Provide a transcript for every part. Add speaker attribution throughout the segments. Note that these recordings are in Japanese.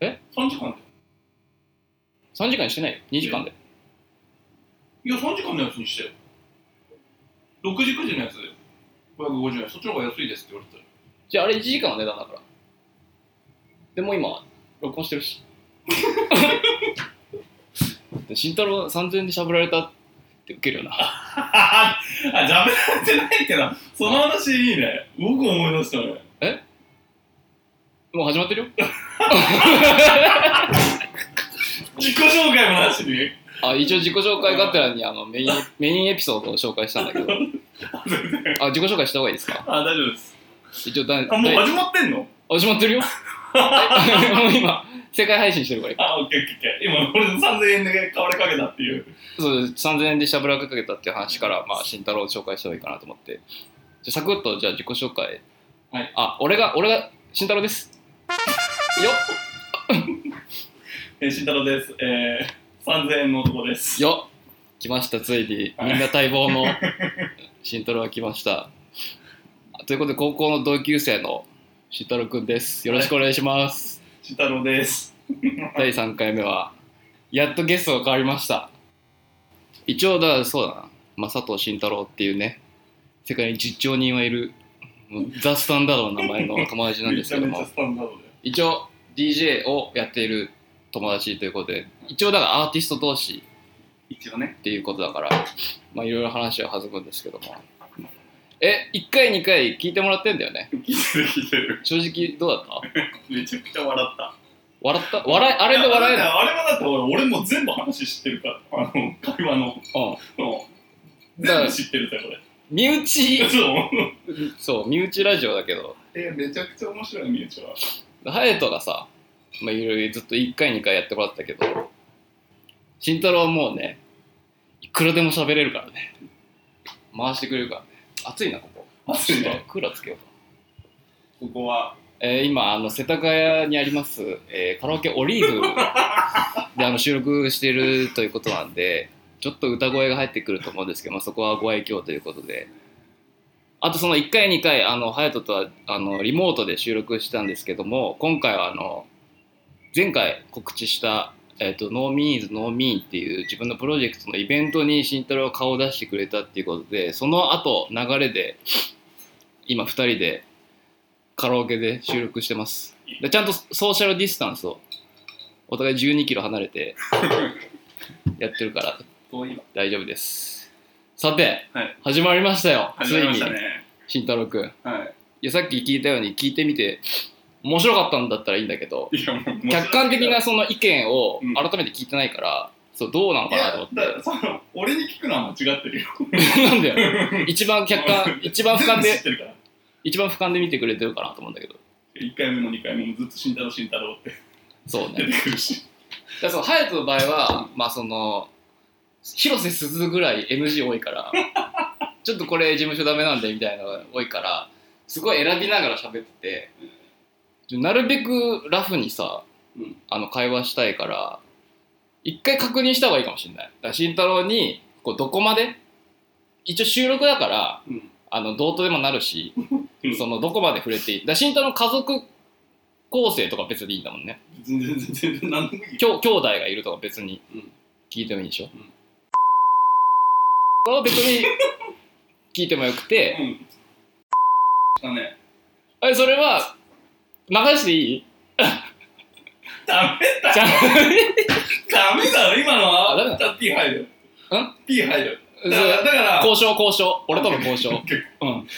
Speaker 1: え
Speaker 2: ?3 時間で。
Speaker 1: 3時間にしてない2時間で
Speaker 2: いや、3時間のやつにしてよ。6時、9時のやつで。550円。そっちの方が安いですって言われてたよ。
Speaker 1: じゃああれ1時間の値段だからでもう今録音してる しで慎太郎3000円でしゃぶられたってウケるよな
Speaker 2: あ、ダメなんてないってな。その話いいね。僕思い出したね。
Speaker 1: もう始まってるよ
Speaker 2: 自己紹介もなしに。
Speaker 1: あ一応自己紹介がてらにあのメ インメインエピソードを紹介したんだけどあ自己紹介した方がいいですか
Speaker 2: あ、大丈夫です。
Speaker 1: 一応だ
Speaker 2: あ、もう
Speaker 1: だい
Speaker 2: 始まってんの
Speaker 1: 始まってる よもう今世界配信してるから
Speaker 2: あ、オッケーオッケーオッケー。今、俺の3000円で買われかけたっていう。
Speaker 1: そう3000円でしゃぶらかけたっていう話から、まあ、慎太郎を紹介した方がいいかなと思ってじゃあサクッとじゃあ自己紹介、
Speaker 2: はい、
Speaker 1: あ俺が俺が慎太郎ですよ
Speaker 2: えー、慎太郎です。えー、3000円の男です。
Speaker 1: っよっ来ましたついにみんな待望の 慎太郎が来ましたということで高校の同級生の慎太郎くんですよろしくお願いします、
Speaker 2: 慎太郎です。
Speaker 1: 第3回目はやっとゲストが変わりました一応だそうだな、まあ、佐藤慎太郎っていうね世界に10兆人はいるもうザ・スタンダードの名前の 友達なん
Speaker 2: め
Speaker 1: です
Speaker 2: ち
Speaker 1: け
Speaker 2: ゃ
Speaker 1: ど
Speaker 2: めちゃ
Speaker 1: も
Speaker 2: スタンダードで。
Speaker 1: 一応 DJ をやっている友達ということで一応だからアーティスト同士
Speaker 2: 一応ね。
Speaker 1: っていうことだからまあいろいろ話は弾むんですけどもえ1回2回聞いてもらってんだよね
Speaker 2: 聞いてる聞いてる。
Speaker 1: 正直どうだった
Speaker 2: めちゃくちゃ笑った。
Speaker 1: 笑った笑いあれで笑え
Speaker 2: い
Speaker 1: ない
Speaker 2: やあれはだって俺俺も全部話知ってるから、あの、会話の。うん
Speaker 1: だか
Speaker 2: 全
Speaker 1: ら
Speaker 2: 部知ってるぜ、これ。
Speaker 1: うん身内
Speaker 2: そう。
Speaker 1: そう身内ラジオだけど
Speaker 2: え、めちゃくちゃ面白い、みゆちは。
Speaker 1: ハヤトがさ、まあ、いろいろずっと1回2回やってもらったけど慎太郎はもうねいくらでも喋れるからね回してくれるからね暑いなここ
Speaker 2: 暑いね
Speaker 1: ちょっとクーラーつけようか、
Speaker 2: ここは。
Speaker 1: えー今あの世田谷にあります、えーカラオケオリーブであの収録してるということなんでちょっと歌声が入ってくると思うんですけど、まあ、そこはご愛嬌ということであとその1回2回あの隼人とはあのリモートで収録したんですけども今回はあの前回告知した「えー、とノーミーズノーミーっていう自分のプロジェクトのイベントに慎太郎が顔を出してくれたっていうことでその後流れで今2人でカラオケで収録してますでちゃんとソーシャルディスタンスをお互い1 2キロ離れ てやってるから
Speaker 2: 遠いわ。
Speaker 1: 大丈夫ですさて、
Speaker 2: はい
Speaker 1: 始まりましたよ
Speaker 2: 始
Speaker 1: つ
Speaker 2: まり
Speaker 1: い
Speaker 2: ま
Speaker 1: に
Speaker 2: したね。
Speaker 1: 慎太郎くんい
Speaker 2: は
Speaker 1: やさっき聞いたように聞いてみて面白かったんだったらいいんだけど
Speaker 2: い。いや、もう。
Speaker 1: 客観的
Speaker 2: い
Speaker 1: なその意見を
Speaker 2: うん
Speaker 1: 改めて聞いてないから、そうどうなのかな
Speaker 2: や、
Speaker 1: と思っ
Speaker 2: だからその、俺に聞くのは間違ってるよ。
Speaker 1: てなんだ よ一番客観一番俯瞰
Speaker 2: 全部知っ
Speaker 1: で
Speaker 2: てるから。
Speaker 1: 一番俯瞰で見てくれてるかなと思うんだけど
Speaker 2: 1回目も2回目もずっと慎太郎慎太郎って
Speaker 1: そうね
Speaker 2: 出てくるし。
Speaker 1: だからその隼人の場合はまあその広瀬すずぐらい NG 多いから ちょっとこれ事務所ダメなんでみたいなのが多いからすごい選びながら喋っててなるべくラフにさ、
Speaker 2: うん
Speaker 1: あの会話したいから一回確認した方がいいかもしれないだから慎太郎にこうどこまで一応収録だから
Speaker 2: うん。
Speaker 1: あのどうとでもなる し、
Speaker 2: うん
Speaker 1: そのどこまで触れていいだから慎太郎の家族構成とか別でいいんだもんね
Speaker 2: 全然、全然、何でもいいよ。
Speaker 1: きょ兄弟がいるとか別に
Speaker 2: うん
Speaker 1: 聞いてもいいでしょ、
Speaker 2: うん
Speaker 1: それは別に聞いてもよくて、
Speaker 2: うん。だね。
Speaker 1: あれそれは流していい
Speaker 2: ダメ
Speaker 1: じゃあ
Speaker 2: ダメだろ、今のは。
Speaker 1: あダメだ
Speaker 2: だ P 入る。
Speaker 1: ん
Speaker 2: ?P 入る。
Speaker 1: そ
Speaker 2: だから、
Speaker 1: う
Speaker 2: だから
Speaker 1: 交渉交渉俺との交渉うん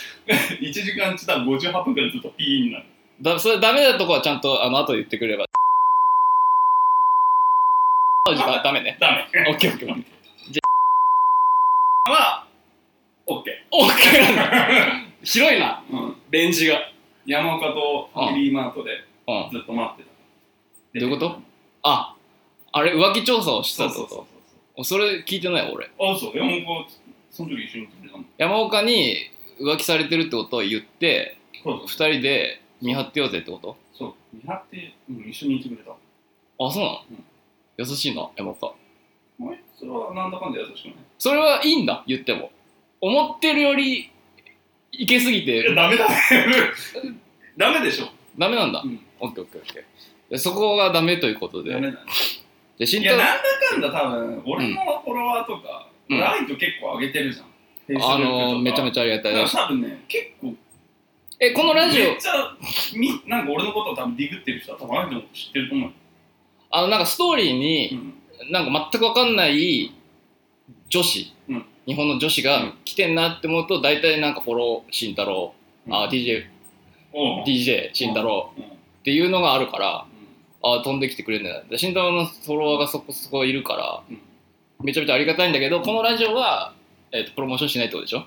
Speaker 2: 1時間ち多分58分くらいずっとピーになる。
Speaker 1: だそれダメなとこはちゃんとあの後で言ってくれればあダメね
Speaker 2: ダメ。
Speaker 1: オッケーオッケーオッケー
Speaker 2: は、オッケ
Speaker 1: オッケーなんだ広い な
Speaker 2: ー。うん。
Speaker 1: レンジが
Speaker 2: 山岡とファミリーマートで
Speaker 1: うん
Speaker 2: ずっと待ってた。
Speaker 1: どういうことああれ浮気調査をして
Speaker 2: そ
Speaker 1: た
Speaker 2: う
Speaker 1: ってこ
Speaker 2: そうそう
Speaker 1: とおそれ聞いてない俺
Speaker 2: そう。あ、そう。山岡、その時一緒に来てたの。
Speaker 1: 山岡に浮気されてるってことを言って
Speaker 2: そう
Speaker 1: 二人で見張ってようぜってこ
Speaker 2: そう。見張って、うん、一緒にいてくれた。
Speaker 1: とあそうなの、
Speaker 2: うん
Speaker 1: 優しいな山岡
Speaker 2: お前、それはなんだかんだ優しくない。
Speaker 1: それはいいんだ言っても思ってるよりいけすぎ
Speaker 2: いや、
Speaker 1: て
Speaker 2: ダメだね。ダメでしょ。
Speaker 1: ダメなんだ、
Speaker 2: うん
Speaker 1: オッケーオッケーオッケーでそこがダメということで
Speaker 2: ダメだね
Speaker 1: で慎
Speaker 2: い
Speaker 1: 太
Speaker 2: や
Speaker 1: 郎
Speaker 2: なんだかんだ多分俺のフォロワーとか、
Speaker 1: うん
Speaker 2: ライト結構上げてるじゃん、
Speaker 1: あのめちゃめ
Speaker 2: ち
Speaker 1: ちゃありがたい
Speaker 2: だか
Speaker 1: で
Speaker 2: ら
Speaker 1: す
Speaker 2: 多分ね結構
Speaker 1: えこのラジ
Speaker 2: めっ
Speaker 1: オ
Speaker 2: ちゃみなんか俺のことを多分ディグってる人は多分あるの知ってる と思う、
Speaker 1: あのなんかストーリー
Speaker 2: う
Speaker 1: に
Speaker 2: ん、
Speaker 1: なんか全く分かんない女子、
Speaker 2: うん
Speaker 1: 日本の女子が来てんなって思うと大体なんかフォロー慎太郎、あ DJ
Speaker 2: おう
Speaker 1: DJ 慎太郎
Speaker 2: うん
Speaker 1: っていうのがあるからあ飛んできてくれるんだなで慎太郎のフォロワーがそこそこいるから
Speaker 2: うん
Speaker 1: めちゃめちゃありがたいんだけどこのラジオは、えっとプロモーションしないってことでしょ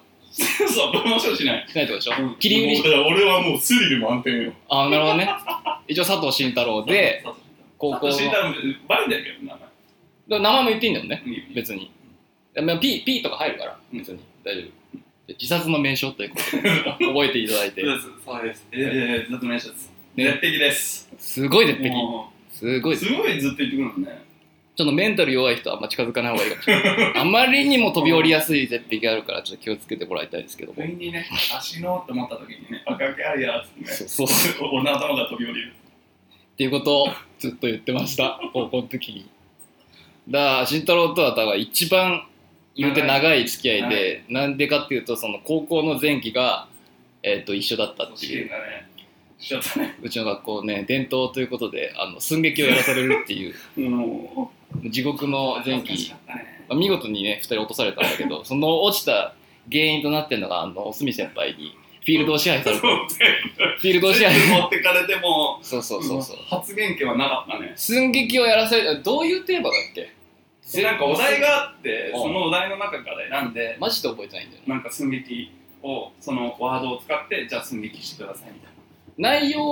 Speaker 2: うんそう、プロモーションしない。
Speaker 1: しないってことでしょ、切
Speaker 2: 切
Speaker 1: り
Speaker 2: り
Speaker 1: 売
Speaker 2: 売
Speaker 1: り
Speaker 2: り
Speaker 1: し
Speaker 2: 俺はもうスリル満点よ。
Speaker 1: あなるほどね一応佐藤慎太郎で
Speaker 2: 佐藤
Speaker 1: 高校の
Speaker 2: 慎太郎、バレてるけど、名
Speaker 1: で名前も言っていいんだよね
Speaker 2: 前。
Speaker 1: 別に。まあ、P, P とか入るから、
Speaker 2: うん
Speaker 1: 別に。大丈夫。で自殺の名称ということ で、覚えていただいて。
Speaker 2: そうです、そうです。いやいやいや、ずっと名刺です。
Speaker 1: ね
Speaker 2: 絶壁です。
Speaker 1: すごい絶壁。
Speaker 2: も
Speaker 1: すご
Speaker 2: う
Speaker 1: い。ち
Speaker 2: すごいずっと言ってくるのね。
Speaker 1: ょっとメンタル弱い人はあんま近づかない方がいいかもしれない。あまりにも飛び降りやすい絶壁があるから、ちょっと気をつけてもらいたいですけど
Speaker 2: 不
Speaker 1: も。
Speaker 2: 意にね、足のって思った時にね、あ、かけありやっつってね。
Speaker 1: そうそう。っ
Speaker 2: 俺の頭が飛び降りる。
Speaker 1: ていうことをずっと言ってました。高校の時に。だから、慎太郎とは多分一番言うて長い付き合いで、なんでかっていうと、その高校の前期が、えっ、と、一緒だったって
Speaker 2: 試
Speaker 1: いう
Speaker 2: 験。がね、しちゃったね。
Speaker 1: うちの学校ね伝統ということであの寸劇をやらされるっていう
Speaker 2: も
Speaker 1: 地獄
Speaker 2: う、
Speaker 1: の前
Speaker 2: 恥ず
Speaker 1: 期
Speaker 2: かしかったね。
Speaker 1: まあ見事にね2人落とされたんだけ どその落ちた原因となってるのがあのおすみ先輩にフィールドを支配さ
Speaker 2: そう
Speaker 1: れ
Speaker 2: ね
Speaker 1: たフィールドを支配
Speaker 2: 全部持ってかれても、
Speaker 1: そうそうそうそう
Speaker 2: 発言権はなかったね
Speaker 1: 寸劇をやらされたどういうテーマだっけ
Speaker 2: でなんかお題があって
Speaker 1: うん
Speaker 2: そのお題の中から選んで
Speaker 1: マジで覚えてないんだよね
Speaker 2: なんか寸劇をそのワードを使ってじゃあ寸劇してくださいみたい
Speaker 1: 内容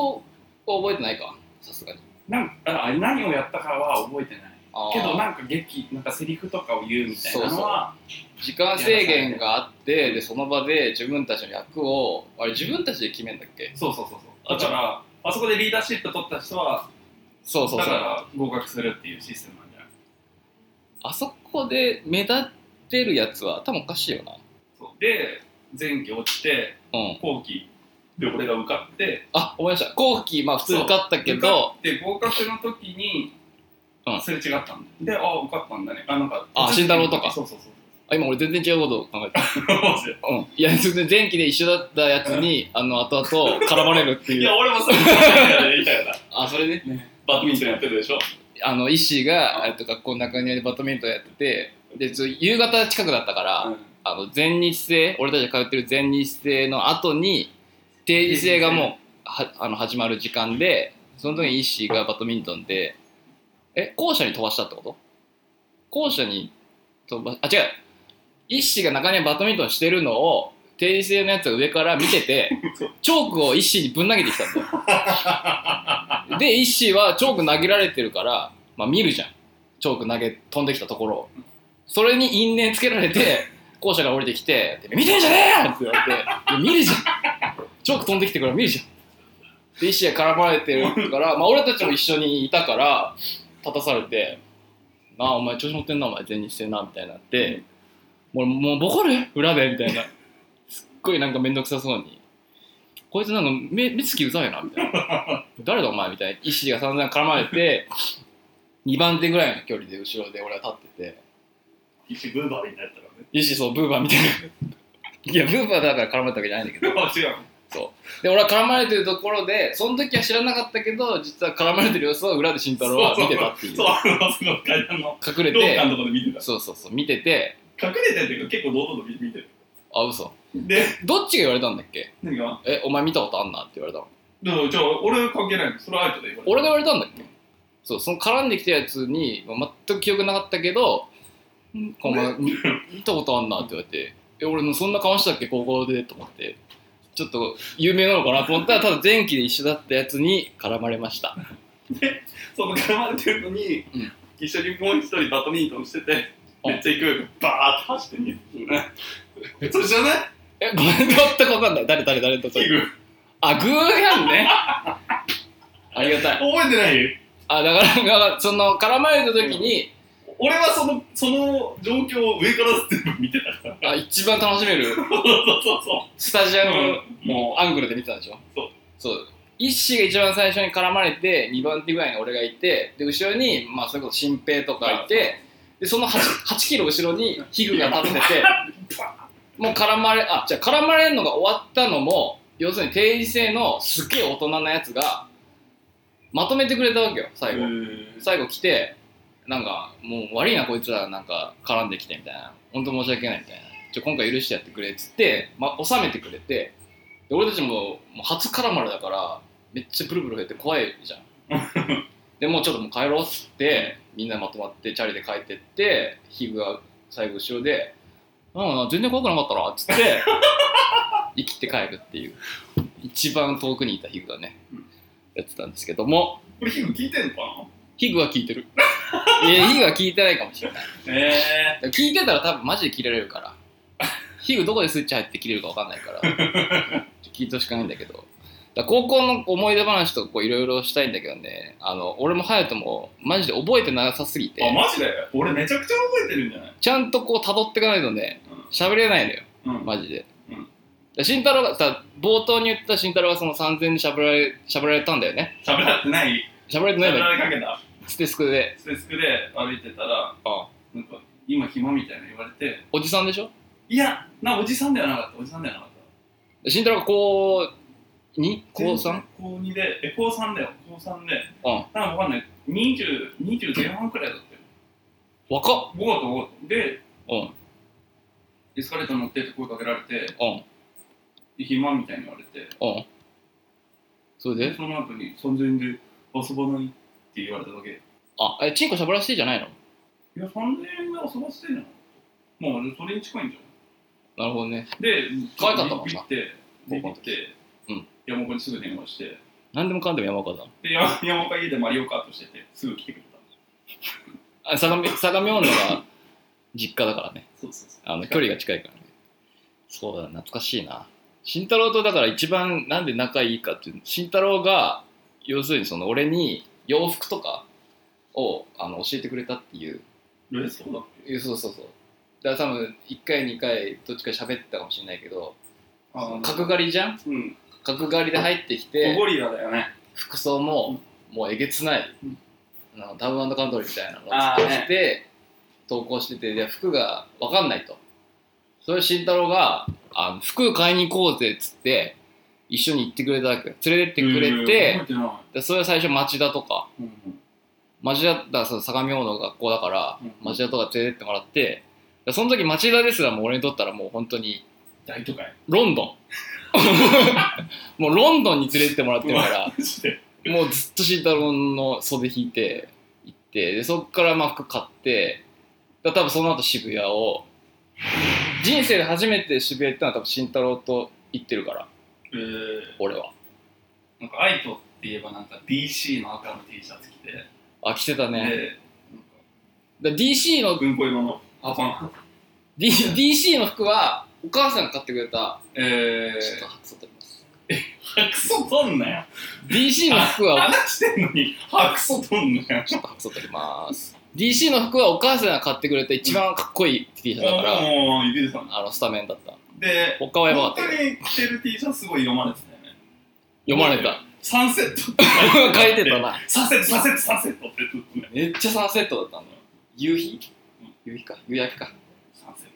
Speaker 1: を覚えてないかさすがに
Speaker 2: ななんかあ何をやったかは覚えてない
Speaker 1: あー
Speaker 2: けどなんか劇なんかセリフとかを言うみたいなのは
Speaker 1: 時間制限があってでその場で自分たちの役をあれ自分たちで決めんだっけ
Speaker 2: そうそうそうそうだからあそこでリーダーシップ取った人は
Speaker 1: そうそう
Speaker 2: だ
Speaker 1: そう
Speaker 2: から合格するっていうシステムなんじゃない
Speaker 1: あそこで目立ってるやつは多分おかしいよな。
Speaker 2: そうで前期落ちて
Speaker 1: うん。
Speaker 2: 後期で俺が受かって
Speaker 1: あ、思い出した。後期、まあ普通受かったけど、
Speaker 2: で合格の時に
Speaker 1: うん
Speaker 2: すれ違ったんだ、でああ受かったんだねあなんか
Speaker 1: あ慎太郎とか
Speaker 2: そうそうそう
Speaker 1: あ今俺全然違うことを考えた。
Speaker 2: そう
Speaker 1: うん。いや、全然前期で一緒だったやつに、あの、後々絡まれるって
Speaker 2: い
Speaker 1: いう。
Speaker 2: や俺も それ言いたいな
Speaker 1: あ、それね。
Speaker 2: バドミントンやってるでしょ
Speaker 1: あの、石井が、えっと、学校の中庭でバドミントンやってて、で、ちょ夕方近くだったから、
Speaker 2: うん
Speaker 1: あの、全日制、俺たちが通ってる全日制の後に、定時制がもう、はあの、始まる時間で、その時に石井がバドミントンで、え、校舎に飛ばしたってこと校舎に飛ば、あ、違う。石井が中にバドミントンしてるのを、定時制のやつが上から見てて、チョークを石井にぶん投げてきたんだよ。で、石井はチョーク投げられてるから、まあ見るじゃん。チョーク投げ、飛んできたところを。それに因縁つけられて、校舎が降りてきて「で見てんじゃねえよ!」って言われていや「見るじゃんチョーク飛んできてから見るじゃん」で医師が絡まれてるから、まあ、俺たちも一緒にいたから立たされて「なあお前調子乗ってんなお前全日してんな」みたいになって「もうもうボコる裏で」みたいなすっごいなんか面倒くさそうに「こいつなんか目目つきうざいな」みたいな「誰だお前」みたいな医師が散々絡まれて2番手ぐらいの距離で後ろで俺は立ってて。
Speaker 2: 一ブーバーになったか
Speaker 1: よし、そう、ブーバーみたいな。いや、ブーバーだから絡まれたわけじゃないんだけど。
Speaker 2: らね違う
Speaker 1: で、俺は絡まれてるところで、その時は知らなかったけど、実は絡まれてる様子を裏で慎太郎は見てたっていう。
Speaker 2: そうあのその階段の
Speaker 1: 隠れ
Speaker 2: 廊下
Speaker 1: て、
Speaker 2: のとこで見てた
Speaker 1: そうそうそう、見てて、
Speaker 2: 隠れてるっていうか結構堂々と見てる
Speaker 1: あ、嘘。
Speaker 2: で
Speaker 1: どっちが言われたんだっけ
Speaker 2: 何が
Speaker 1: え、お前見たことあんなって言われたの。
Speaker 2: でもじゃあ俺関係ないのそれはアイトで言われ
Speaker 1: 俺が言われたんだっけそう、その絡んできたやつに、まあ全く記憶なかったけど、んお前、見見たことあんなって言われて、え、俺のそんな顔したっけ、高校でと思って。ちょっと有名なのかなと思ったらただ前期で一緒だったやつに絡まれました
Speaker 2: その絡まれてるのに、
Speaker 1: うん
Speaker 2: 一緒にもう一人バドミントンしてて
Speaker 1: あ
Speaker 2: めっちゃ行くバーッと走って逃げてくるねそれじゃない
Speaker 1: え、ごめん、全くわかんない。誰、誰、誰とそ
Speaker 2: キ
Speaker 1: れ。
Speaker 2: グ
Speaker 1: あ、グーやんね。ありがたい。
Speaker 2: 覚えてない
Speaker 1: あ、だから、だからその、絡まれた時に、
Speaker 2: 俺はそのその状況を上から全部見てたから
Speaker 1: あ、一番楽しめる、
Speaker 2: そうそうそうそ
Speaker 1: スタジア
Speaker 2: う
Speaker 1: ム
Speaker 2: も
Speaker 1: アングルで見てたんでしょ
Speaker 2: そう。
Speaker 1: そう。一子が一番最初に絡まれて2番手ぐらいに俺がいてで後ろに、まあ、それこそ新平とかいてでその 8, 8キロ後ろにヒグが立 っててもう絡まれあじゃあ絡まれるのが終わったのも要するに定時制のすっげえ大人なやつがまとめてくれたわけよ最後。最後来てなんかもう悪いなこいつらなんか絡んできてみたいな本当申し訳ないみたいなちょ今回許してやってくれっつって、まあ、収めてくれてで俺たちももう初絡まれだからめっちゃプルプル減って怖い じゃんでもうちょっともう帰ろうっつってみんなまとまってチャリで帰ってってヒグが最後後ろで「うん全然怖くなかったな」っつって 生きて帰るっていう一番遠くにいたヒグがね
Speaker 2: うん
Speaker 1: やってたんですけども
Speaker 2: これ、ヒグ聞いてんのか
Speaker 1: ヒグは聞いて る。いや、ヒグは聞いてないかもしれない。
Speaker 2: なえ
Speaker 1: 聞いてたら多分マジで切れられるから。ヒグどこでスイッチ入って切れるか分かんないから。聞いてほしくないんだけど。だから高校の思い出話とかいろいろしたいんだけどね、あの、俺も隼人もマジで覚えてなさすぎて
Speaker 2: ー、あ、、マジで俺、めちゃくちゃ覚えてるんじゃない
Speaker 1: ちゃんとこう辿っていかないとね、喋れないのよ、
Speaker 2: うん。うん。
Speaker 1: マジで
Speaker 2: うん。
Speaker 1: で慎太郎がさ、冒頭に言った慎太郎がその3000にしゃべられ、しゃべられたんだよね。
Speaker 2: 喋られてない
Speaker 1: しゃべられて
Speaker 2: 喋
Speaker 1: ないんだよ。
Speaker 2: られかけた。
Speaker 1: ステスクで。
Speaker 2: ステスクで歩いてたら、
Speaker 1: あ
Speaker 2: なんか、今暇みたいな言われて、
Speaker 1: おじさんでしょ
Speaker 2: いや、な、おじさんではなかった、おじさんではなかった。
Speaker 1: で慎太郎が高 2? 高 3?
Speaker 2: 高2で、え、高3だよ、高3で。
Speaker 1: うん
Speaker 2: なんかわかんない、20、20前半くらいだったよ。
Speaker 1: 若っ
Speaker 2: 5月、5月。で、
Speaker 1: うん
Speaker 2: エスカレーター乗ってって声かけられて、
Speaker 1: うん
Speaker 2: で暇みたいに言われて、
Speaker 1: うんそれ
Speaker 2: で
Speaker 1: で
Speaker 2: その後に3000円で遊ばないって言われただけ。い
Speaker 1: あえチンコしゃぶらせてじゃないの
Speaker 2: や、3000円で遊ばせてんのもう、それに近いんじゃん。
Speaker 1: なるほどね
Speaker 2: で、
Speaker 1: 可愛かったもんな
Speaker 2: ビビって、ビビ
Speaker 1: 高
Speaker 2: っ
Speaker 1: 校の時
Speaker 2: て、
Speaker 1: うん
Speaker 2: 山岡にすぐ電話して、
Speaker 1: 何でもかんでも山岡さん
Speaker 2: で、山山岡家でマリオカートしてて、すぐ来てくれた。
Speaker 1: あ相模相模女が実家だからね
Speaker 2: そうそうそう。
Speaker 1: あの距離が近いからねそうだ懐かしいな慎太郎とだから一番なんで仲いいかっていう慎太郎が要するにその俺に洋服とかをあの教えてくれたっていう
Speaker 2: え、そうだっけ
Speaker 1: えそうそうそうだから多分1回2回どっちか喋ってたかもしれないけど
Speaker 2: あ
Speaker 1: 角刈りじゃん
Speaker 2: うん。
Speaker 1: 角刈りで入ってきて
Speaker 2: 小ゴリラだよね。
Speaker 1: 服装も、もうえげつない、
Speaker 2: うん
Speaker 1: あのダブンカントリーみたいなのを
Speaker 2: あー
Speaker 1: 作って、投稿しててで服が分かんないとそれを慎太郎があの服買いに行こうぜっつって一緒に行ってくれたわけよ連れてってくれ
Speaker 2: えー
Speaker 1: て
Speaker 2: 覚えてな
Speaker 1: でそれは最初町田とか
Speaker 2: い。うん
Speaker 1: 町田だからその相模大野の学校だから
Speaker 2: うん
Speaker 1: 町田とか連れてってもらってでその時町田ですらもう俺にとったらもう本当に
Speaker 2: 大都会。
Speaker 1: ロンド ンもうロンドンに連れてってもらってるから
Speaker 2: マジで。
Speaker 1: もうずっと慎太郎の袖引いて行ってでそっからまあ服買ってだ多分その後渋谷を人生で初めて渋谷行ったのは多分慎太郎と行ってるから
Speaker 2: えー、
Speaker 1: 俺は
Speaker 2: なんか、アイトって言えばなんか DC の赤の T シャツ着て、
Speaker 1: あ来てた
Speaker 2: で、な
Speaker 1: ね
Speaker 2: んか、
Speaker 1: だ DC の
Speaker 2: 文庫色のハファン。
Speaker 1: D DC の服はお母さんが買ってくれた
Speaker 2: え
Speaker 1: ちょっと
Speaker 2: ー、
Speaker 1: 白取ります
Speaker 2: 白素取んなよ。
Speaker 1: DC の服は
Speaker 2: 話してんのに、白素取んなよ。
Speaker 1: ちょっと白素取ります DC の服はお母さんが買ってくれた一番かっこいい T シャツだから
Speaker 2: もう、指でさん。
Speaker 1: あのスタメンだった
Speaker 2: で、
Speaker 1: 他はやばか
Speaker 2: 本
Speaker 1: った
Speaker 2: 当
Speaker 1: けど
Speaker 2: に着てる T シャツすごい読まれてたよね。
Speaker 1: 読まれた
Speaker 2: サンセットって
Speaker 1: 書いてたな
Speaker 2: サンセット、サンセット、サンセットってずっとね。
Speaker 1: めっちゃサンセットだったのよ夕日
Speaker 2: うん
Speaker 1: 夕日か夕焼けかだか
Speaker 2: サンセッ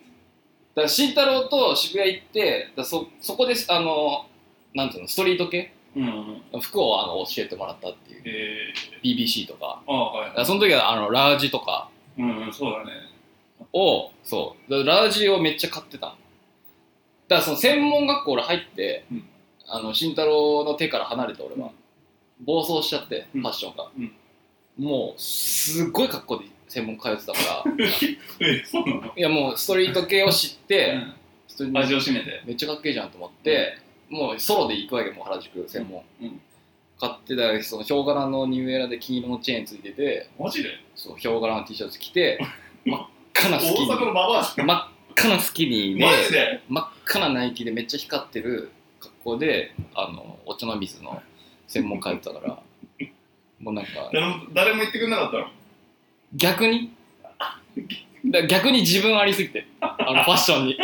Speaker 2: ト。
Speaker 1: ら慎太郎と渋谷行ってだからそそこであのなんていうのストリート系
Speaker 2: うんうん。
Speaker 1: 服をあの教えてもらったっていう
Speaker 2: え
Speaker 1: BBC とか
Speaker 2: ー、ああ、は
Speaker 1: だ
Speaker 2: い
Speaker 1: か
Speaker 2: は
Speaker 1: ら
Speaker 2: い。
Speaker 1: その時はあのラージとか
Speaker 2: うん、うんそうだね。
Speaker 1: をそうだからラージをめっちゃ買ってたのだからその専門学校俺入って、
Speaker 2: うん
Speaker 1: あの慎太郎の手から離れて俺は、暴走しちゃって
Speaker 2: う
Speaker 1: フ
Speaker 2: ん
Speaker 1: ァッションが、
Speaker 2: うん
Speaker 1: もうすっごい格好で専門通ってたから
Speaker 2: え、そうなの
Speaker 1: いやもうストリート系を知って、ストリート
Speaker 2: 味を占めて。
Speaker 1: めっちゃかっけえじゃんと思って、もうソロで行くわけもう原宿専門、
Speaker 2: うん
Speaker 1: 買ってたそのヒョウ柄のニューエラで金色のチェーンついてて
Speaker 2: マジで
Speaker 1: そうヒョウ柄の T シャツ着て 真っ赤な
Speaker 2: 大
Speaker 1: スキニ
Speaker 2: 阪
Speaker 1: ー
Speaker 2: のババアじ
Speaker 1: 真っ赤なスキニー
Speaker 2: ゃん。
Speaker 1: で
Speaker 2: マジで
Speaker 1: 真っ赤なナイキでめっちゃ光ってる格好であのお茶の水の専門家やってたからもうなんか
Speaker 2: 誰も誰も言ってくれなかったの
Speaker 1: 逆にだ逆に自分ありすぎてあのファッションに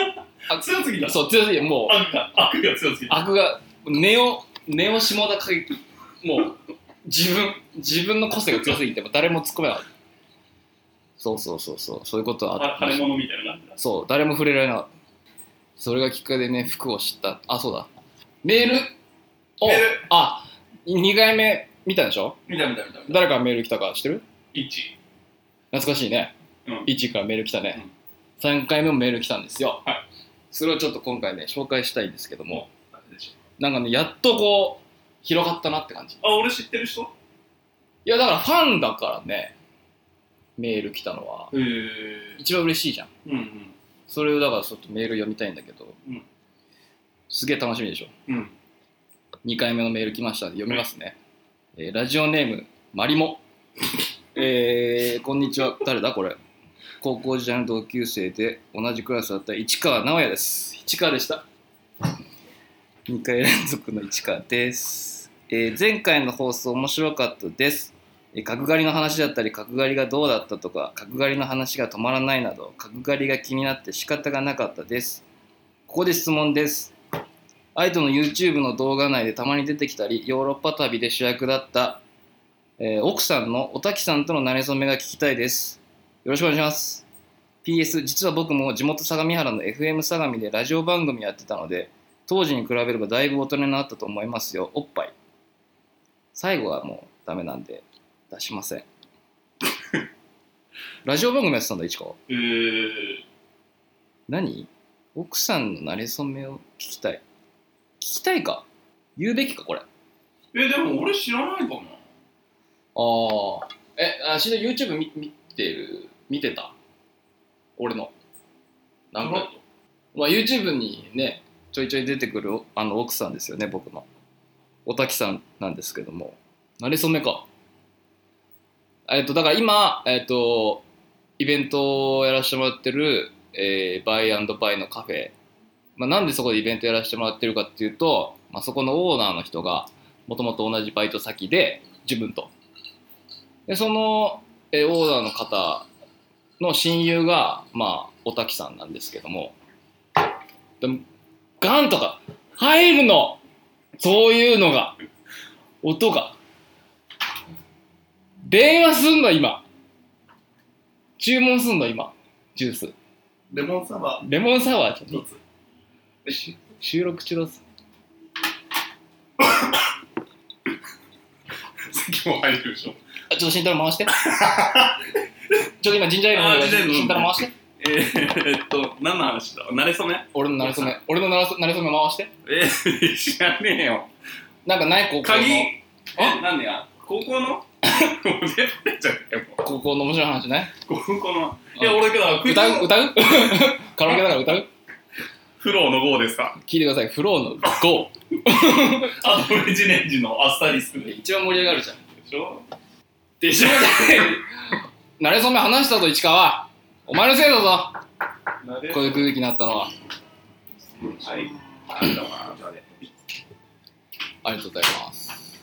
Speaker 2: 強すぎた。
Speaker 1: そう強すぎてもう
Speaker 2: 悪が、悪が強すぎた。
Speaker 1: 悪がネオネオ下田歌劇もう自分自分の個性が強すぎても誰も突っ込めなかったそうそうそうそうそういうことはあった
Speaker 2: 腫れ物みたいな感じだ。
Speaker 1: そう誰も触れられなかったそれがきっかけでね服を知ったあそうだメールを
Speaker 3: メール
Speaker 1: あ2回目見たでしょ
Speaker 3: 見た見た見た見た
Speaker 1: 誰からメール来たか知ってる
Speaker 3: 一
Speaker 1: 懐かしいね、
Speaker 3: うん
Speaker 1: 一からメール来たね、
Speaker 3: うん
Speaker 1: 三3回目もメール来たんですよ、
Speaker 3: はい
Speaker 1: それをちょっと今回ね紹介したいんですけども
Speaker 3: 誰でし
Speaker 1: なんかねやっとこう広がったなって感じい
Speaker 3: ょあ俺知ってる人へ
Speaker 1: やだからファンだからねメール来たのは
Speaker 3: え
Speaker 1: 一番嬉しいじゃん
Speaker 3: うんうん
Speaker 1: それをだからちょっとメール読みたいんだけど、
Speaker 3: うん
Speaker 1: すげえ楽しみでしょ
Speaker 3: うん
Speaker 1: 2回目のメール来ましたんで読みますね、えーラジオネームマリモえーこんにちは誰だこれ高校時代の同級生で同じクラスだった市川直哉です市川でした2回連続の市川です、えー前回の放送面白かったですえー角刈りの話だったり角刈りがどうだったとか角刈りの話が止まらないなど角刈りが気になって仕方がなかったですここで質問ですアイドの YouTube の動画内でたまに出てきたりヨーロッパ旅で主役だった、えー奥さんのおたきさんとの馴れ初めが聞きたいですよろしくお願いします PS 実は僕も地元相模原の FM 相模でラジオ番組やってたので当時に比べればだいぶ大人になったと思いますよおっぱい最後はもうダメなんで出しませんラジオ番組やってたんだいちか
Speaker 3: へえ
Speaker 1: 何奥さんの馴れ初めを聞きたい聞きたいか言うべきかこれあ
Speaker 3: えでも俺知らないかな
Speaker 1: あえあしの YouTube 見見てる見てた俺のな
Speaker 3: ち
Speaker 1: ん
Speaker 3: ょろ
Speaker 1: か
Speaker 3: っ、と
Speaker 1: まあ、YouTube にねちょいちょい出てくるあの奥さんですよね僕のおたきさんなんですけども馴れ初めかえっとだから今えっとイベントをやらせてもらってる、えーバイバイのカフェ、まあ、なんでそこでイベントやらせてもらってるかっていうと、まあ、そこのオーナーの人がもともと同じバイト先で自分とでその、えーオーナーの方の親友がまあおたきさんなんですけどもでもガンとか入るのそういうのが音が電話すんの今注文すんの今ジュース
Speaker 3: レモンサワ
Speaker 1: レモンサワーちょ
Speaker 3: 一
Speaker 1: っ
Speaker 3: つ
Speaker 1: とし収録中だぞ
Speaker 3: 席も入ってるでしょ
Speaker 1: あちょっと慎太郎回して ちょっと今ジンジャーエールの方が
Speaker 2: あジンジャーエール
Speaker 1: 慎太郎回して
Speaker 2: えー、っと、何の話だ慣れ初め
Speaker 1: 俺のなれそめ俺のなれそなれそめ回して
Speaker 2: えー、知らねえよ。
Speaker 1: なんかない高校
Speaker 2: 鍵
Speaker 1: の
Speaker 2: え、なんでや高校の もう絶対じゃねえも
Speaker 1: 高校の面白い話ね
Speaker 2: う高校の。いや、俺けど、
Speaker 1: 歌う歌う カラオケだから歌う
Speaker 2: フローの号ですか
Speaker 1: 聞いてくださいフローの GO
Speaker 2: アドレジレンジのアスタリスクで
Speaker 1: 一番盛り上がるじゃん
Speaker 2: しょ
Speaker 1: でしょ慣れ初め話したぞ市川お前のせいだぞ
Speaker 2: 慣れ
Speaker 1: こういう空気になったのは
Speaker 2: はい。なんだな、じゃあね。
Speaker 1: ありがとうございます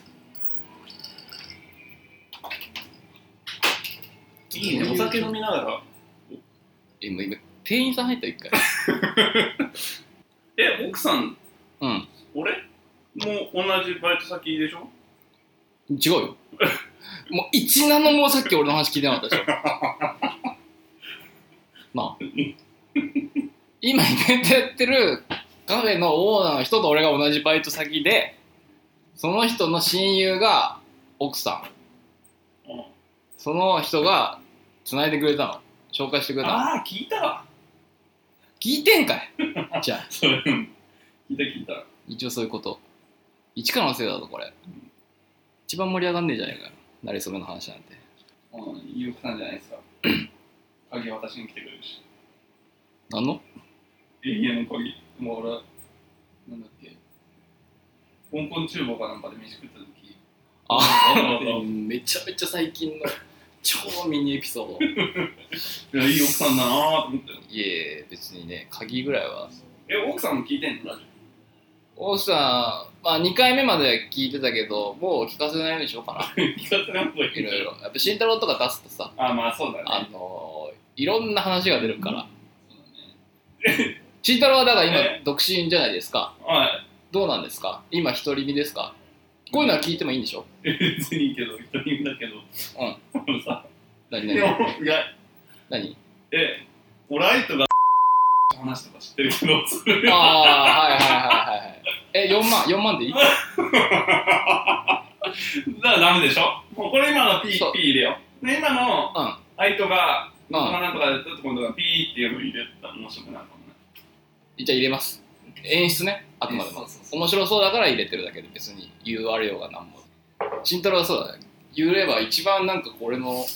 Speaker 2: いいね、お酒飲みながら。
Speaker 1: えもう今店員さん入った一回
Speaker 2: え、奥さん、
Speaker 1: うん
Speaker 2: 俺も同じバイト先でしょ
Speaker 1: 違うよもう一ナノもさっき俺の話聞いてなかったでしょなあ今イベントやってるカフェのオーナーの人と俺が同じバイト先でその人の親友が奥さん
Speaker 2: うん
Speaker 1: その人が繋いでくれたの紹介してくれたの
Speaker 2: ああ、聞いたわ。
Speaker 1: 聞いてんかいじゃあ
Speaker 2: それ、うん聞いた聞いた。
Speaker 1: 一応そういうこと一からのせいだぞこれ一番盛り上がんねえじゃねえかよなれそめの話なんて
Speaker 2: うん、いい奥さんじゃない ですか。鍵渡しに来てくれるし。
Speaker 1: なんの
Speaker 2: 家の鍵。もう俺、なんだっけ。香港厨房かなんかで飯食った時。
Speaker 1: あ
Speaker 2: あ
Speaker 1: めちゃめちゃ最近の超ミニエピソード
Speaker 2: いや、いい奥さんだなーと思ったよ。
Speaker 1: いえ別にね鍵ぐらいは
Speaker 2: え、奥さんも聞いてんのラジ
Speaker 1: 大さん、まあ、2回目まで聞いてたけどもう聞かせないようにしようかな
Speaker 2: オ。聞かせない方がい
Speaker 1: いろい
Speaker 2: い。
Speaker 1: ろやっぱ慎太郎とか出すとさ
Speaker 2: あ、まあそうだね。
Speaker 1: あのいろんな話が出るから
Speaker 2: そうだね。
Speaker 1: 慎太郎はだから今
Speaker 2: え
Speaker 1: 独身じゃないですか
Speaker 2: はい。
Speaker 1: どうなんですか今独り身ですかこういうのは聞いてもいいんでしょ
Speaker 2: 別にいいけど、一人だけど。うん。のさ、
Speaker 1: 何
Speaker 2: いや、
Speaker 1: 何
Speaker 2: いや、
Speaker 1: 何
Speaker 2: え、オライトが話とか知ってるけど、そ れは
Speaker 1: ああー、はいはいはいはいはい。え、4万、4万でいい
Speaker 2: だからダメでしょもうこれ今のピー、ピ
Speaker 1: そ
Speaker 2: ー
Speaker 1: う
Speaker 2: 入れよう。で、今の、
Speaker 1: うん
Speaker 2: アイトが、
Speaker 1: うん
Speaker 2: まあなんとかやったところがピーっていうの入れたら面白くなるかもね。
Speaker 1: じゃあ入れます。演出ね、あくまでも。
Speaker 2: そうそう
Speaker 1: 面白そうだから入れてるだけで別に言われようがなんも慎太郎はそうだね言えば一番なんかこれの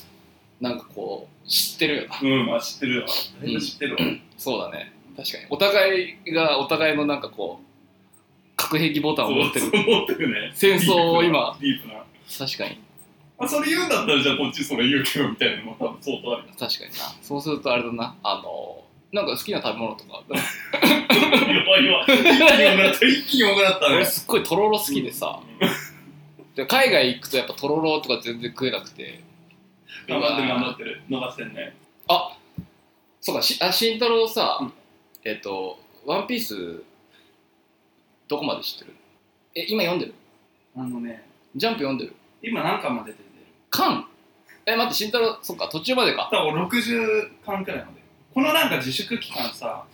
Speaker 1: なんかこう知ってるよな
Speaker 2: そう。うん、まあ知ってるわ。だいぶ知ってるわ。
Speaker 1: そうだね確かにお互いがお互いのなんかこう核兵器ボタンを持って
Speaker 2: そう
Speaker 1: る
Speaker 2: そう思ってるね。
Speaker 1: 戦争を今
Speaker 2: ディープな。ディープな
Speaker 1: 確かに
Speaker 2: あ、それ言うんだったら、じゃあこっちそれ言うけどみたいなのも多分相当ある。
Speaker 1: 確かになそうするとあれだなあのなんか好きな食べ物と か
Speaker 2: 弱いわ。一気に重くなった。一気に重くなった
Speaker 1: 俺
Speaker 2: ね。
Speaker 1: すっごいとろろ好きでさ、で海外行くとやっぱとろろとか全然食えなくて
Speaker 2: 頑張ってる頑張ってる。逃してんね。
Speaker 1: そうかしあ慎太郎さ、
Speaker 2: うん
Speaker 1: えっと「ワンピースどこまで知ってるえ今読んでる
Speaker 2: あのね、
Speaker 1: ジャンプ読んでる
Speaker 2: 今何巻まで出てる
Speaker 1: カンえ待って慎太郎そっか途中までか
Speaker 2: 多分60巻くらいまで。このなんか自粛期間さ、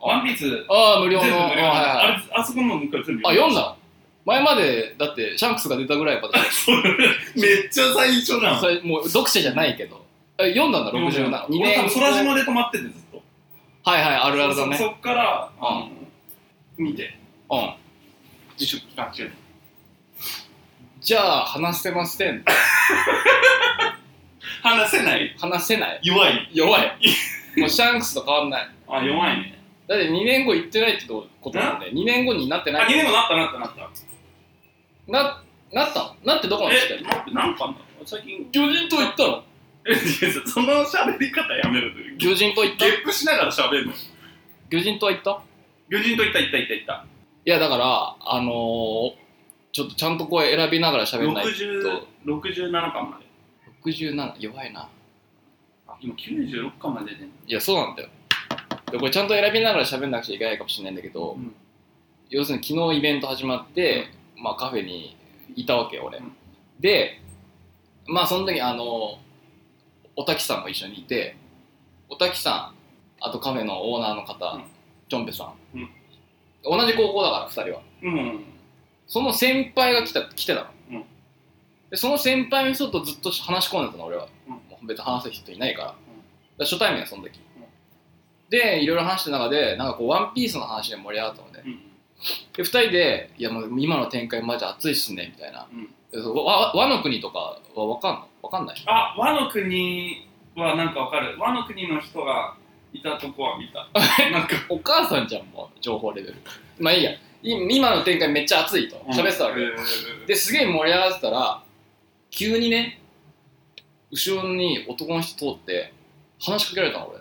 Speaker 2: ワンピース全
Speaker 1: ああ無
Speaker 2: 部
Speaker 1: 料
Speaker 2: 無
Speaker 1: の
Speaker 2: 料
Speaker 1: あ,、はいはい
Speaker 2: あ
Speaker 1: はい、
Speaker 2: れあそこのもう一回全部
Speaker 1: あ読ん
Speaker 2: だ
Speaker 1: だの前までだってシャンクスが出たぐらいまで
Speaker 2: めっちゃ最初な
Speaker 1: そ
Speaker 2: の。
Speaker 1: れもう読者じゃないけどえ読んだんだ
Speaker 2: 読んだ
Speaker 1: 67 2
Speaker 2: 俺多
Speaker 1: 年
Speaker 2: 分空島で止まっててずっと。
Speaker 1: はいはいあるあるだね
Speaker 2: そそっから、
Speaker 1: うん
Speaker 2: あの見て、
Speaker 1: うん
Speaker 2: 自粛期間中。
Speaker 1: じゃあ話せません
Speaker 2: 話せない
Speaker 1: 話せない
Speaker 2: 弱い。
Speaker 1: 弱いもうシャンクスと変わんない
Speaker 2: あ、弱いね。
Speaker 1: だって2年後行ってないってことなんで2年後になって
Speaker 2: あ、
Speaker 1: ない
Speaker 2: 2年もなったなったなった。
Speaker 1: な、なったのなってどこまで来た
Speaker 2: え、
Speaker 1: の
Speaker 2: 待って、何巻だろう最近。
Speaker 1: 魚人島行ったの
Speaker 2: え、違うその喋り方やめるという。
Speaker 1: 魚人島行った
Speaker 2: ゲップしながら喋るの。
Speaker 1: 魚人島行った
Speaker 2: 魚人と行った行った行った行った。
Speaker 1: いやだからあのー、ちょっとちゃんとこう選びながら喋んない
Speaker 2: 60 67巻まで。
Speaker 1: と67弱いな
Speaker 2: あ今96巻まで出てんの
Speaker 1: いやそうなんだよでこれちゃんと選びながら喋んなくちゃいけないかもしれないんだけど、
Speaker 2: うん
Speaker 1: 要するに昨日イベント始まって、まあカフェにいたわけよ俺、
Speaker 2: うん
Speaker 1: でまあその時あのおたきさんも一緒にいておたきさんあとカフェのオーナーの方、
Speaker 2: うん
Speaker 1: ちょんぺさん、
Speaker 2: うん
Speaker 1: 同じ高校だから2人は
Speaker 2: うん。
Speaker 1: その先輩が来た来てたの、
Speaker 2: うん
Speaker 1: でその先輩の人とずっと話し込んでたの俺は、
Speaker 2: うん
Speaker 1: もう別に話す人いないから,、だ
Speaker 2: ん
Speaker 1: から初対面その時、
Speaker 2: うん
Speaker 1: でいろいろ話した中でなんかこうワンピースの話で盛り上がったのね
Speaker 2: うん。
Speaker 1: で2人で「いやもう今の展開マジ熱いっすね」みたいな
Speaker 2: うん
Speaker 1: 「でそうわ和の国」とかは分かんの分かんない
Speaker 2: あ、和の国はなんかわかる。和の国の人がいたとこは見た。 なんか。
Speaker 1: お母さんじゃんもう情報レベルまあいいやい今の展開めっちゃ熱いと喋ってたわけ、
Speaker 2: うん
Speaker 1: ですげえ盛り上がってたら急にね後ろに男の人通って話しかけられたの俺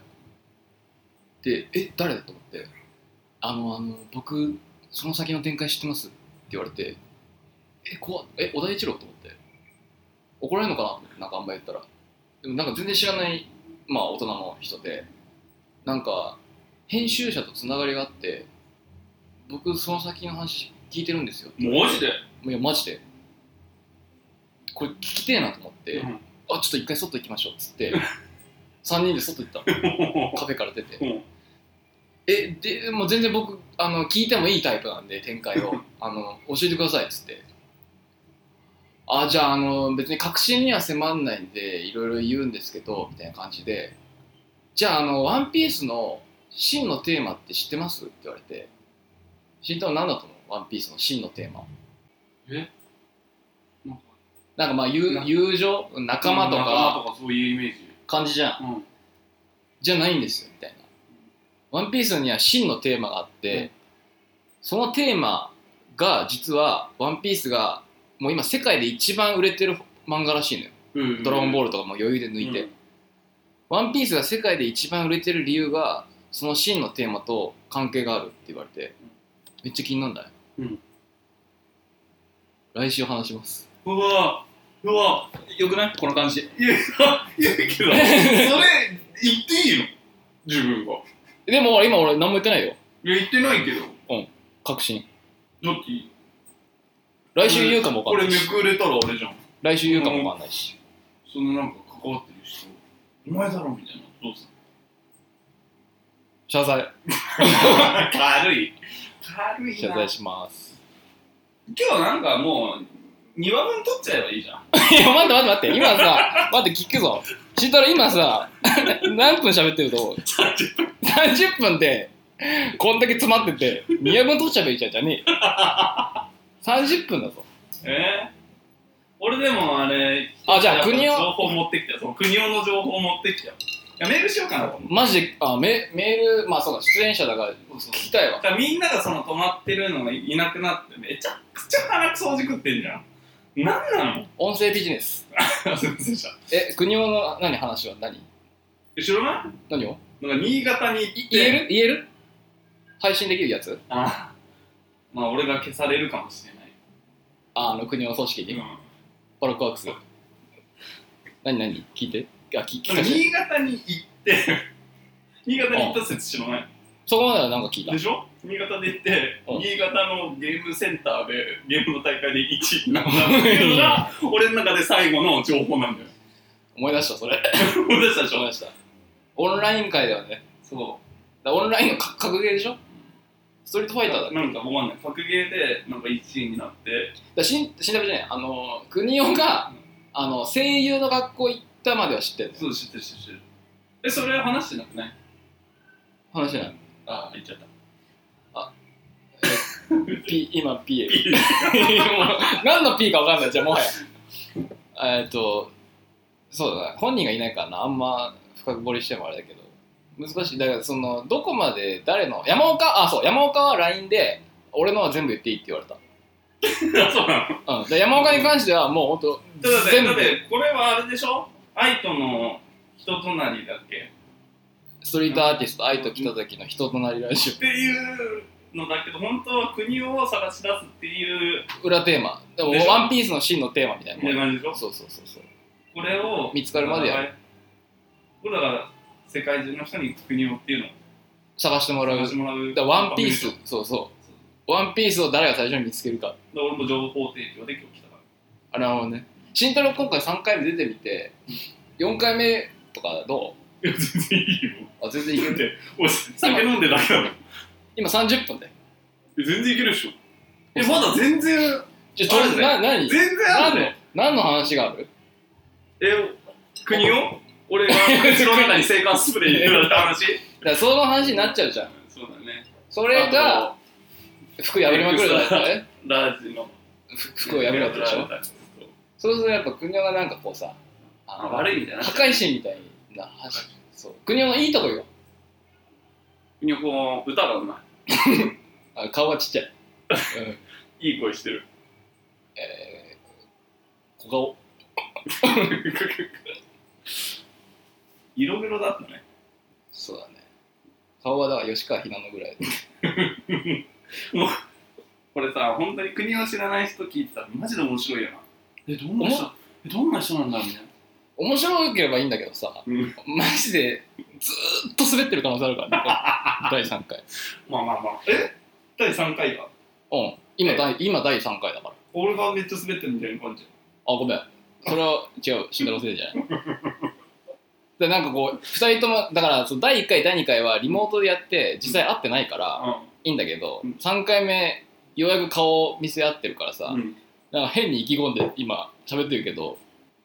Speaker 1: でえ誰だと思って「あのあの僕その先の展開知ってます」って言われて「え怖っえ小田一郎?」と思って怒られるのかなと思ってなんかあんま言ったらでもなんか全然知らないまあ大人の人でなんか編集者とつながりがあって僕その先の話聞いてるんですよって言われて
Speaker 2: マジで
Speaker 1: いやマジでこれ聞きてえなと思って、
Speaker 2: うん
Speaker 1: あちょっと一回外行きましょうっつって3人で外行ったのカフェから出て、
Speaker 2: うん
Speaker 1: えでもう全然僕あの聞いてもいいタイプなんで展開をあの教えてくださいっつってあじゃああの別に確信には迫んないんでいろいろ言うんですけどみたいな感じでじゃああの「ワンピースの真のテーマって知ってますって言われて慎太郎何だと思うワンピースの真のテーマ
Speaker 2: なんか
Speaker 1: なんかまあ友
Speaker 2: な
Speaker 1: 友情仲間と
Speaker 2: 仲
Speaker 1: か
Speaker 2: 間とかそういうイメージ。
Speaker 1: 感じじゃん
Speaker 2: うん。
Speaker 1: じゃないんですよみたいな「ワンピースには真のテーマがあって、
Speaker 2: うん
Speaker 1: そのテーマが実は「ワンピースがもう今世界で一番売れてる漫画らしいのよ「ドラゴンボ
Speaker 2: ー
Speaker 1: ール」とかも余裕で抜いて「
Speaker 2: うん
Speaker 1: ワンピースが世界で一番売れてる理由がその真のテーマと関係があるって言われてめっちゃ気になるんだよ、
Speaker 2: うん
Speaker 1: 来週話します
Speaker 2: うわうわ
Speaker 1: よくないこの感じ
Speaker 2: いや、いやけど、それ、言っていいの自分が。
Speaker 1: でも今俺何も言ってないよ
Speaker 2: いや、言ってないけど。
Speaker 1: 確信
Speaker 2: だって、
Speaker 1: 来週言うかもわ
Speaker 3: こ
Speaker 1: かん
Speaker 3: れ
Speaker 1: ない
Speaker 3: め
Speaker 1: し
Speaker 3: くれたら俺じゃん
Speaker 1: 来週言うかもわかんないし
Speaker 3: そのなんか関わってる人お前だろみたいなどうす
Speaker 1: 謝罪
Speaker 3: る軽い軽い
Speaker 1: 謝
Speaker 3: な
Speaker 1: 罪します
Speaker 2: 今日なんかもう、2話分取っちゃえばいいじゃ
Speaker 1: い
Speaker 2: ん。
Speaker 1: や待って待って待って今さ待って聞くぞ慎太郎今さ 何分喋ってると思う30分でこんだけ詰まってて2夜分取っちゃえばいいじゃんじゃねえよ30分だぞ
Speaker 2: えー、俺でもあれ、
Speaker 1: あじゃあ国
Speaker 2: 情
Speaker 1: を
Speaker 2: 報持ってきた。そう、国をの情報持ってきた。いや、メールしようかなと思って。
Speaker 1: マジであメメールまあそうか出演者だから
Speaker 2: そうそう
Speaker 1: 聞きたいわ
Speaker 2: だからみんながその止まってるのがいなくなって、めちゃくちゃ鼻くそほじくってんじゃん。なんなの
Speaker 1: 音声ビジネス
Speaker 2: すいませんでした
Speaker 1: え国男の何話は何
Speaker 2: 後ろな
Speaker 1: 何を
Speaker 2: なんか新潟に行って
Speaker 1: い。言える言える配信できるやつ
Speaker 2: あまあ俺が消されるかもしれない。
Speaker 1: ああの国の組織に
Speaker 2: うん
Speaker 1: パラコワークス何何聞いてあ聞聞
Speaker 2: なん
Speaker 1: か
Speaker 2: か
Speaker 1: せて
Speaker 2: 新潟に行って、 新潟に行った説知らない。
Speaker 1: そこまではなんか聞いた
Speaker 2: でしょ新潟で行って、
Speaker 1: うん
Speaker 2: 新潟のゲームセンターでゲームの大会で1位になったっていうの が俺の中で最後の情報なんだよ。
Speaker 1: 思い出したそれ
Speaker 2: 思い出したでし
Speaker 1: 思い
Speaker 2: ょ
Speaker 1: 出したオンライン会だよね
Speaker 2: そ
Speaker 1: だオンラインの格格ゲーでしょストリートファイターだ
Speaker 2: う。なんかわかんない。格ゲーでなんか1位になって、
Speaker 1: だしん死んだじゃないあの国男が
Speaker 2: うん
Speaker 1: あの声優の学校行ったまでは知ってる
Speaker 2: そう知ってる知ってる知ってる。え、それ話してなくない
Speaker 1: 話じゃない
Speaker 2: ああ、言っちゃった。
Speaker 1: P 今 P へもう何の P か分かんないじゃあもはやえっとそうだな本人がいないからなあんま深掘りしてもあれだけど難しいだからそのどこまで誰の山岡あそう山岡は LINE で俺のは全部言っていいって言われた、
Speaker 2: あ そうなの
Speaker 1: うん、で山岡に関してはもう本当
Speaker 2: だって、
Speaker 1: 全
Speaker 2: だ
Speaker 1: 部
Speaker 2: ってこれはあれでしょ愛との人となりだっけ
Speaker 1: ストリートアーティスト愛と来た時の人となりラジ
Speaker 2: っていうのだけど、本当は国を探し出すっていう
Speaker 1: オ裏テーマでも
Speaker 2: でしょ
Speaker 1: ワンピースの真のテーマみたいなもん
Speaker 2: 感じでしょ
Speaker 1: そうそうそうそう
Speaker 2: これを
Speaker 1: 見つかるまでやる
Speaker 2: これだから世界中の人に国をっていうのを
Speaker 1: 探してもらう
Speaker 2: 探
Speaker 1: だ
Speaker 2: してもらう
Speaker 1: からワンピース
Speaker 2: だか
Speaker 1: そうそうワンピースを誰が最初に見つけるから
Speaker 2: 俺も情報提供で今日来たか
Speaker 1: あなるほどね。慎太郎今回3回目出てみて、4回目とかど
Speaker 2: らいや全然いいよ
Speaker 1: うあ全然いける。
Speaker 2: 俺酒飲んでないだろ
Speaker 1: 今30分で。
Speaker 2: 全然いけるでしょえまだ全然
Speaker 1: じゃあちょ
Speaker 2: あるね
Speaker 1: な何
Speaker 2: 全然あ
Speaker 1: 何の
Speaker 2: るね
Speaker 1: 何の話がある
Speaker 2: え国を俺が口の中に制汗スプレー入れられた話
Speaker 1: だからその話になっちゃうじゃん。
Speaker 2: そうだね
Speaker 1: それが
Speaker 2: あ
Speaker 1: 服破りまくるだったらね。
Speaker 2: とラージの
Speaker 1: ふ服を破るわけでしょ。そうするとやっぱ国がなんかこうさ、あ
Speaker 2: あ
Speaker 1: の
Speaker 2: 悪いみたいな
Speaker 1: 破壊神みたいな話。そう国のいいとこよ。
Speaker 2: 国をこう歌がうま
Speaker 1: あ顔はちっちゃい。 うん
Speaker 2: いいい声してる
Speaker 1: えー小顔。
Speaker 2: 色黒だったね
Speaker 1: そうだね。顔はだから吉川ひなのぐらい。
Speaker 2: これさ、本当に国を知らない人聞いてたらマジで面白いよな。え、どん
Speaker 1: な人
Speaker 2: えどんな人なんだみたいな。
Speaker 1: 面白ければいいんだけどさ、
Speaker 2: うん
Speaker 1: マジでずーっと滑ってる可能性ある からね第3回
Speaker 2: まあまあまあ。え第3回が
Speaker 1: うん今第今第3回だからあ
Speaker 2: 俺がめっちゃ滑ってるみたいな感じ。
Speaker 1: ごめんそれは違う慎太郎のせいじゃないでなんかこう2人ともだからその第1回第2回はリモートでやって実際会ってないから
Speaker 2: う
Speaker 1: いいんだけど
Speaker 2: うん
Speaker 1: 3回目ようやく顔を見せ合ってるからさ、
Speaker 2: ん。
Speaker 1: なんか変に意気込んで今喋ってるけど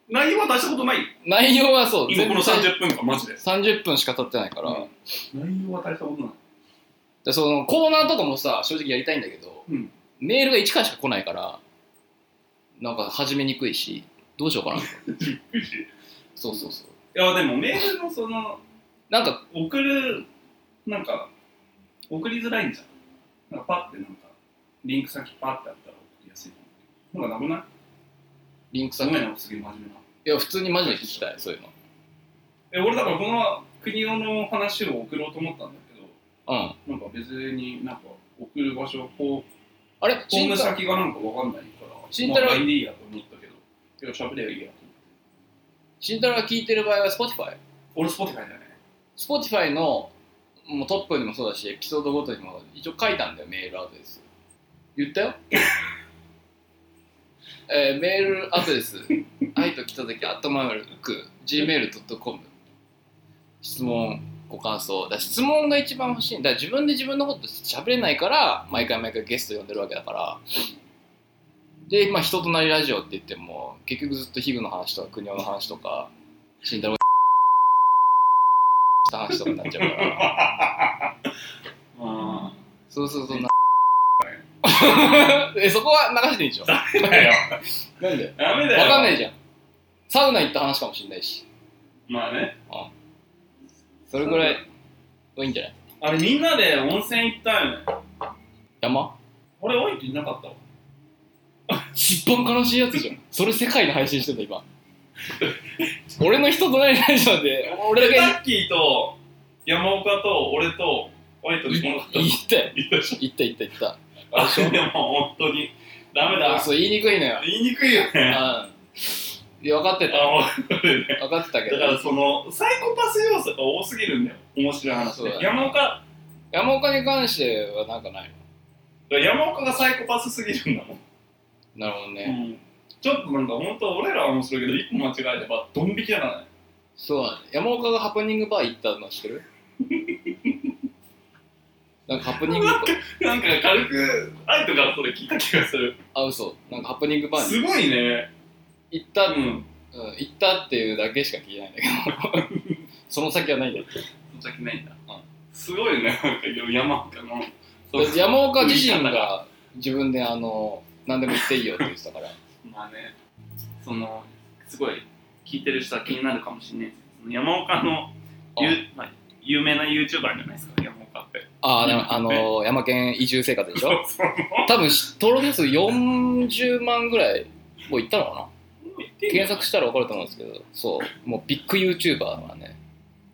Speaker 2: 内容は出したことない。
Speaker 1: 内容はそう
Speaker 2: 今この
Speaker 1: 全然
Speaker 2: 30分間、マジで。
Speaker 1: 30分しか経ってないから、
Speaker 2: 内容は大したことない。
Speaker 1: でそのコーナーとかもさ正直やりたいんだけど、
Speaker 2: うん
Speaker 1: メールが1回しか来ないからなんか始めにくいしどうしよう かな
Speaker 2: びっくりしい
Speaker 1: そうそうそう
Speaker 2: や、でもメールのその、
Speaker 1: なんか
Speaker 2: 送る、なんか、送りづらいんじゃん。なんかパッてなんか、リンク先パッてあったら送りやすい。なんかなくない
Speaker 1: リンク
Speaker 2: す
Speaker 1: 先
Speaker 2: ごい
Speaker 1: い
Speaker 2: な、すげえ真面目な。
Speaker 1: や普通にマジで聞きたいそういうの
Speaker 2: え俺だからこの国男の話を送ろうと思ったんだけど
Speaker 1: うん
Speaker 2: なんか別になんか送る場所こう
Speaker 1: あれ
Speaker 2: こんな
Speaker 1: 慎太
Speaker 2: 先がなんかわかんないから
Speaker 1: 慎太郎
Speaker 2: まあ LINE でいいやと思ったけどいや喋ればいいやと
Speaker 1: 慎太郎が聞いてる場合は Spotify
Speaker 2: 思って俺スポティファイだね
Speaker 1: Spotify のもうトップにもそうだしエピソードごとにも一応書いたんだよメールアドレス言ったよ えーメールアドレス、愛と北崎、アットマーク、gmail.com。質問、ご感想。だから質問が一番欲しい。だから自分で自分のこと喋れないから、毎回毎回ゲスト呼んでるわけだから。で、まあ、人となりラジオって言っても、結局ずっとヒグの話とか、国夫の話とか、慎太郎がした話とかになっちゃうから。
Speaker 3: あ
Speaker 1: そうそうそう。な え、そこは流していいでしょ。
Speaker 3: ーだよ
Speaker 1: なんで
Speaker 2: ダメだよ
Speaker 1: わかんないじゃん。サウナ行った話かもしれないし。
Speaker 2: まあね
Speaker 1: それぐらいはいいんじゃない
Speaker 2: あれみんなで温泉行ったよね
Speaker 1: 山
Speaker 2: 俺多いっていなかったわ
Speaker 1: 一番悲しいやつじゃん。それ世界で配信してた今。俺の人となりラジオで、俺だ
Speaker 2: タ
Speaker 1: け
Speaker 2: ッキーと山岡と俺とワイトで来なかった
Speaker 1: 言ったよ。
Speaker 2: いたでしょ
Speaker 1: 言った言った言った。
Speaker 2: あれでも本当にダメだ
Speaker 1: そう、言いにくいのよ。
Speaker 2: 言いにくいよ
Speaker 1: うん。
Speaker 2: ね
Speaker 1: いや、分かってた。
Speaker 2: あ俺ね
Speaker 1: 分かってたけ
Speaker 2: だ
Speaker 1: ど
Speaker 2: か。らそのサイコパス要素が多すぎるんだよ面白い話
Speaker 1: そうだ
Speaker 2: で
Speaker 1: ね
Speaker 2: 山岡
Speaker 1: 山岡に関してはなんかない
Speaker 2: 山岡がサイコパスすぎるんだもん、
Speaker 1: のなるほどね。
Speaker 2: うんちょっとなんか本当俺らは面白いけど一歩間違えればドン引きだからね
Speaker 1: そうだね。山岡がハプニングバー行ったの知って るなんかハプニングバー。
Speaker 2: なんか軽くアイトからそれ聞いた気がする
Speaker 1: あ、嘘。なんかハプニングバーに
Speaker 2: すごいね
Speaker 1: 行った、
Speaker 2: う
Speaker 1: うん、
Speaker 2: ん
Speaker 1: 行ったっていうだけしか聞いてないんだけど。 その先はないんだよ。
Speaker 2: その先ないんだ、すごいねなんか山岡のそう
Speaker 1: 山岡自身が自分であの、何でも言っていいよって言ってたから。
Speaker 2: まあね、そのすごい聞いてる人は気になるかもしれないですけどその山岡のゆうまあ、有名な YouTuber じゃないですか、山岡って。
Speaker 1: あーでもあの、山県移住生活でし
Speaker 2: そう
Speaker 1: ょ
Speaker 2: そうも
Speaker 1: 多分、登録者数40万ぐらい、もう行ったのかな
Speaker 2: う言ってんの
Speaker 1: 検索したら分かると思うんですけど、そう。もうビッグ YouTuber だからね。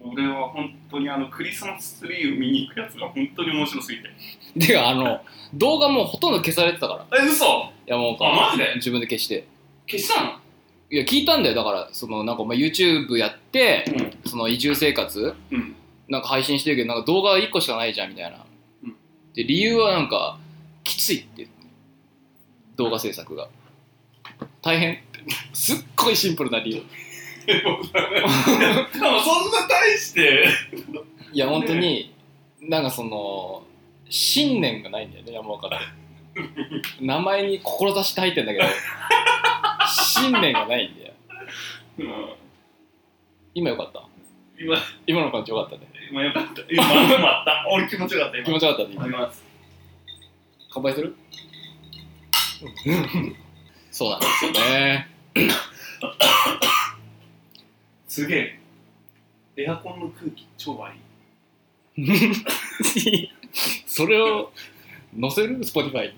Speaker 2: 俺は本当にあのクリスマスツリーを見に行くやつが本当に面白すぎて。
Speaker 1: で、あの、動画もうほとんど消されてたから。
Speaker 2: え、嘘あ、
Speaker 1: 山岡。
Speaker 2: マジで
Speaker 1: 自分で消して。
Speaker 2: 消したの
Speaker 1: いや、聞いたんだよ。だから、その、なんかお前 YouTube やって、その移住生活、
Speaker 2: うん
Speaker 1: なんか配信してるけどなんか動画1個しかないじゃんみたいな、
Speaker 2: うん
Speaker 1: で理由はなんかきついって言って動画制作が大変ってすっごいシンプルな理由
Speaker 2: でもそんな大して。
Speaker 1: いや本当になんかその信念がないんだよね山岡って名前に志って入ってんだけど信念がないんだよ
Speaker 2: うん
Speaker 1: 今よかった
Speaker 2: 今、
Speaker 1: 今の感じよかったね
Speaker 2: 今よかった。今、止まった。俺気持ちよかった、
Speaker 1: 気
Speaker 2: 今。
Speaker 1: 持ちよかったね今
Speaker 2: あります。
Speaker 1: 乾杯するそうなんですよね
Speaker 2: すげえ。エアコンの空気超悪い。
Speaker 1: それを載せる Spotify に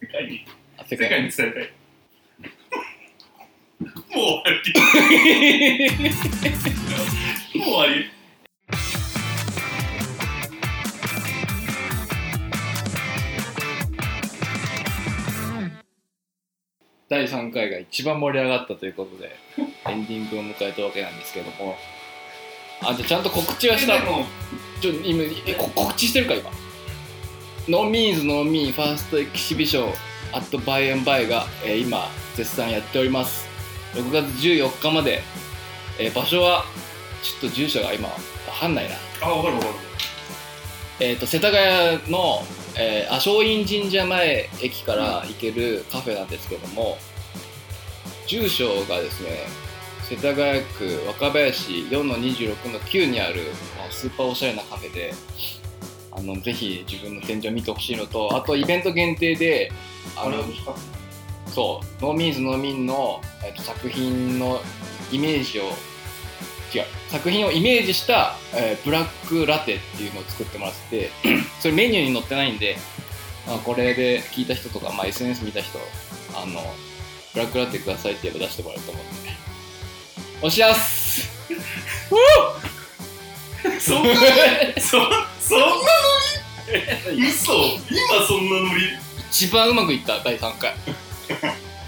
Speaker 2: 世界に。
Speaker 1: あ世
Speaker 2: 世界
Speaker 1: 界
Speaker 2: に伝えたい。 もう終わり。もう終わり。
Speaker 1: 第3回が一番盛り上がったということでエンディングを迎えたわけなんですけどもあじゃあちゃんと告知はした
Speaker 2: でも
Speaker 1: ちょ今えこ告知してるか今ノーミーズノーミーファーストエキシビションアットバイエンバイが、えー今絶賛やっております6月14日まで、えー場所はちょっと住所が今わかんないな
Speaker 2: あ、わかるわかる。
Speaker 1: えー、と世田谷の、えー、阿松院神社前駅から行けるカフェなんですけども住所がですね世田谷区若林4の26の9にある、まあ、スーパーおしゃれなカフェであのぜひ自分の展示を見てほしいのとあとイベント限定であ
Speaker 2: あれ
Speaker 1: の
Speaker 2: 美味しかった。
Speaker 1: そうノーミンズノーミンの、えー、と作品のイメージを違う作品をイメージした、えーブラックラテっていうのを作ってもらってて それメニューに載ってないんで、まあ、これで聞いた人とか、まあ、SNS 見た人あのブラックラテくださいって言えば出してもらえると思うんでおしやす
Speaker 2: そんな、そ、そんなノリ嘘今そんなノリ
Speaker 1: 一番うまくいった第3回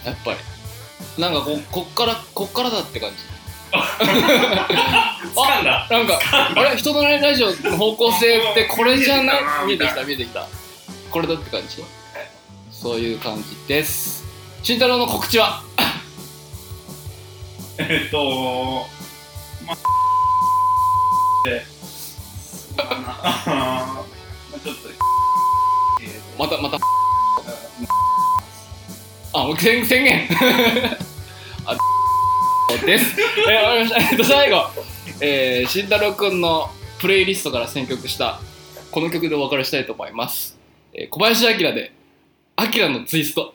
Speaker 1: やっぱりなんかここっからこっからだって感じ
Speaker 2: 掴んだ
Speaker 1: なんか、あれ、人となりラジオの方向性ってこれじゃない見
Speaker 2: 見
Speaker 1: え
Speaker 2: え
Speaker 1: て
Speaker 2: て
Speaker 1: き
Speaker 2: き
Speaker 1: た、見えてきた。これだって感じそういう感じです。慎太郎の告知は
Speaker 3: えっと、
Speaker 2: そうだな
Speaker 3: あははまあちょっと、えー
Speaker 1: またまたあ宣宣言 あですえわかりましたえっと最後、えー、慎太郎くんのプレイリストから選曲したこの曲でお別れしたいと思います、えー、小林明で「明のツイスト」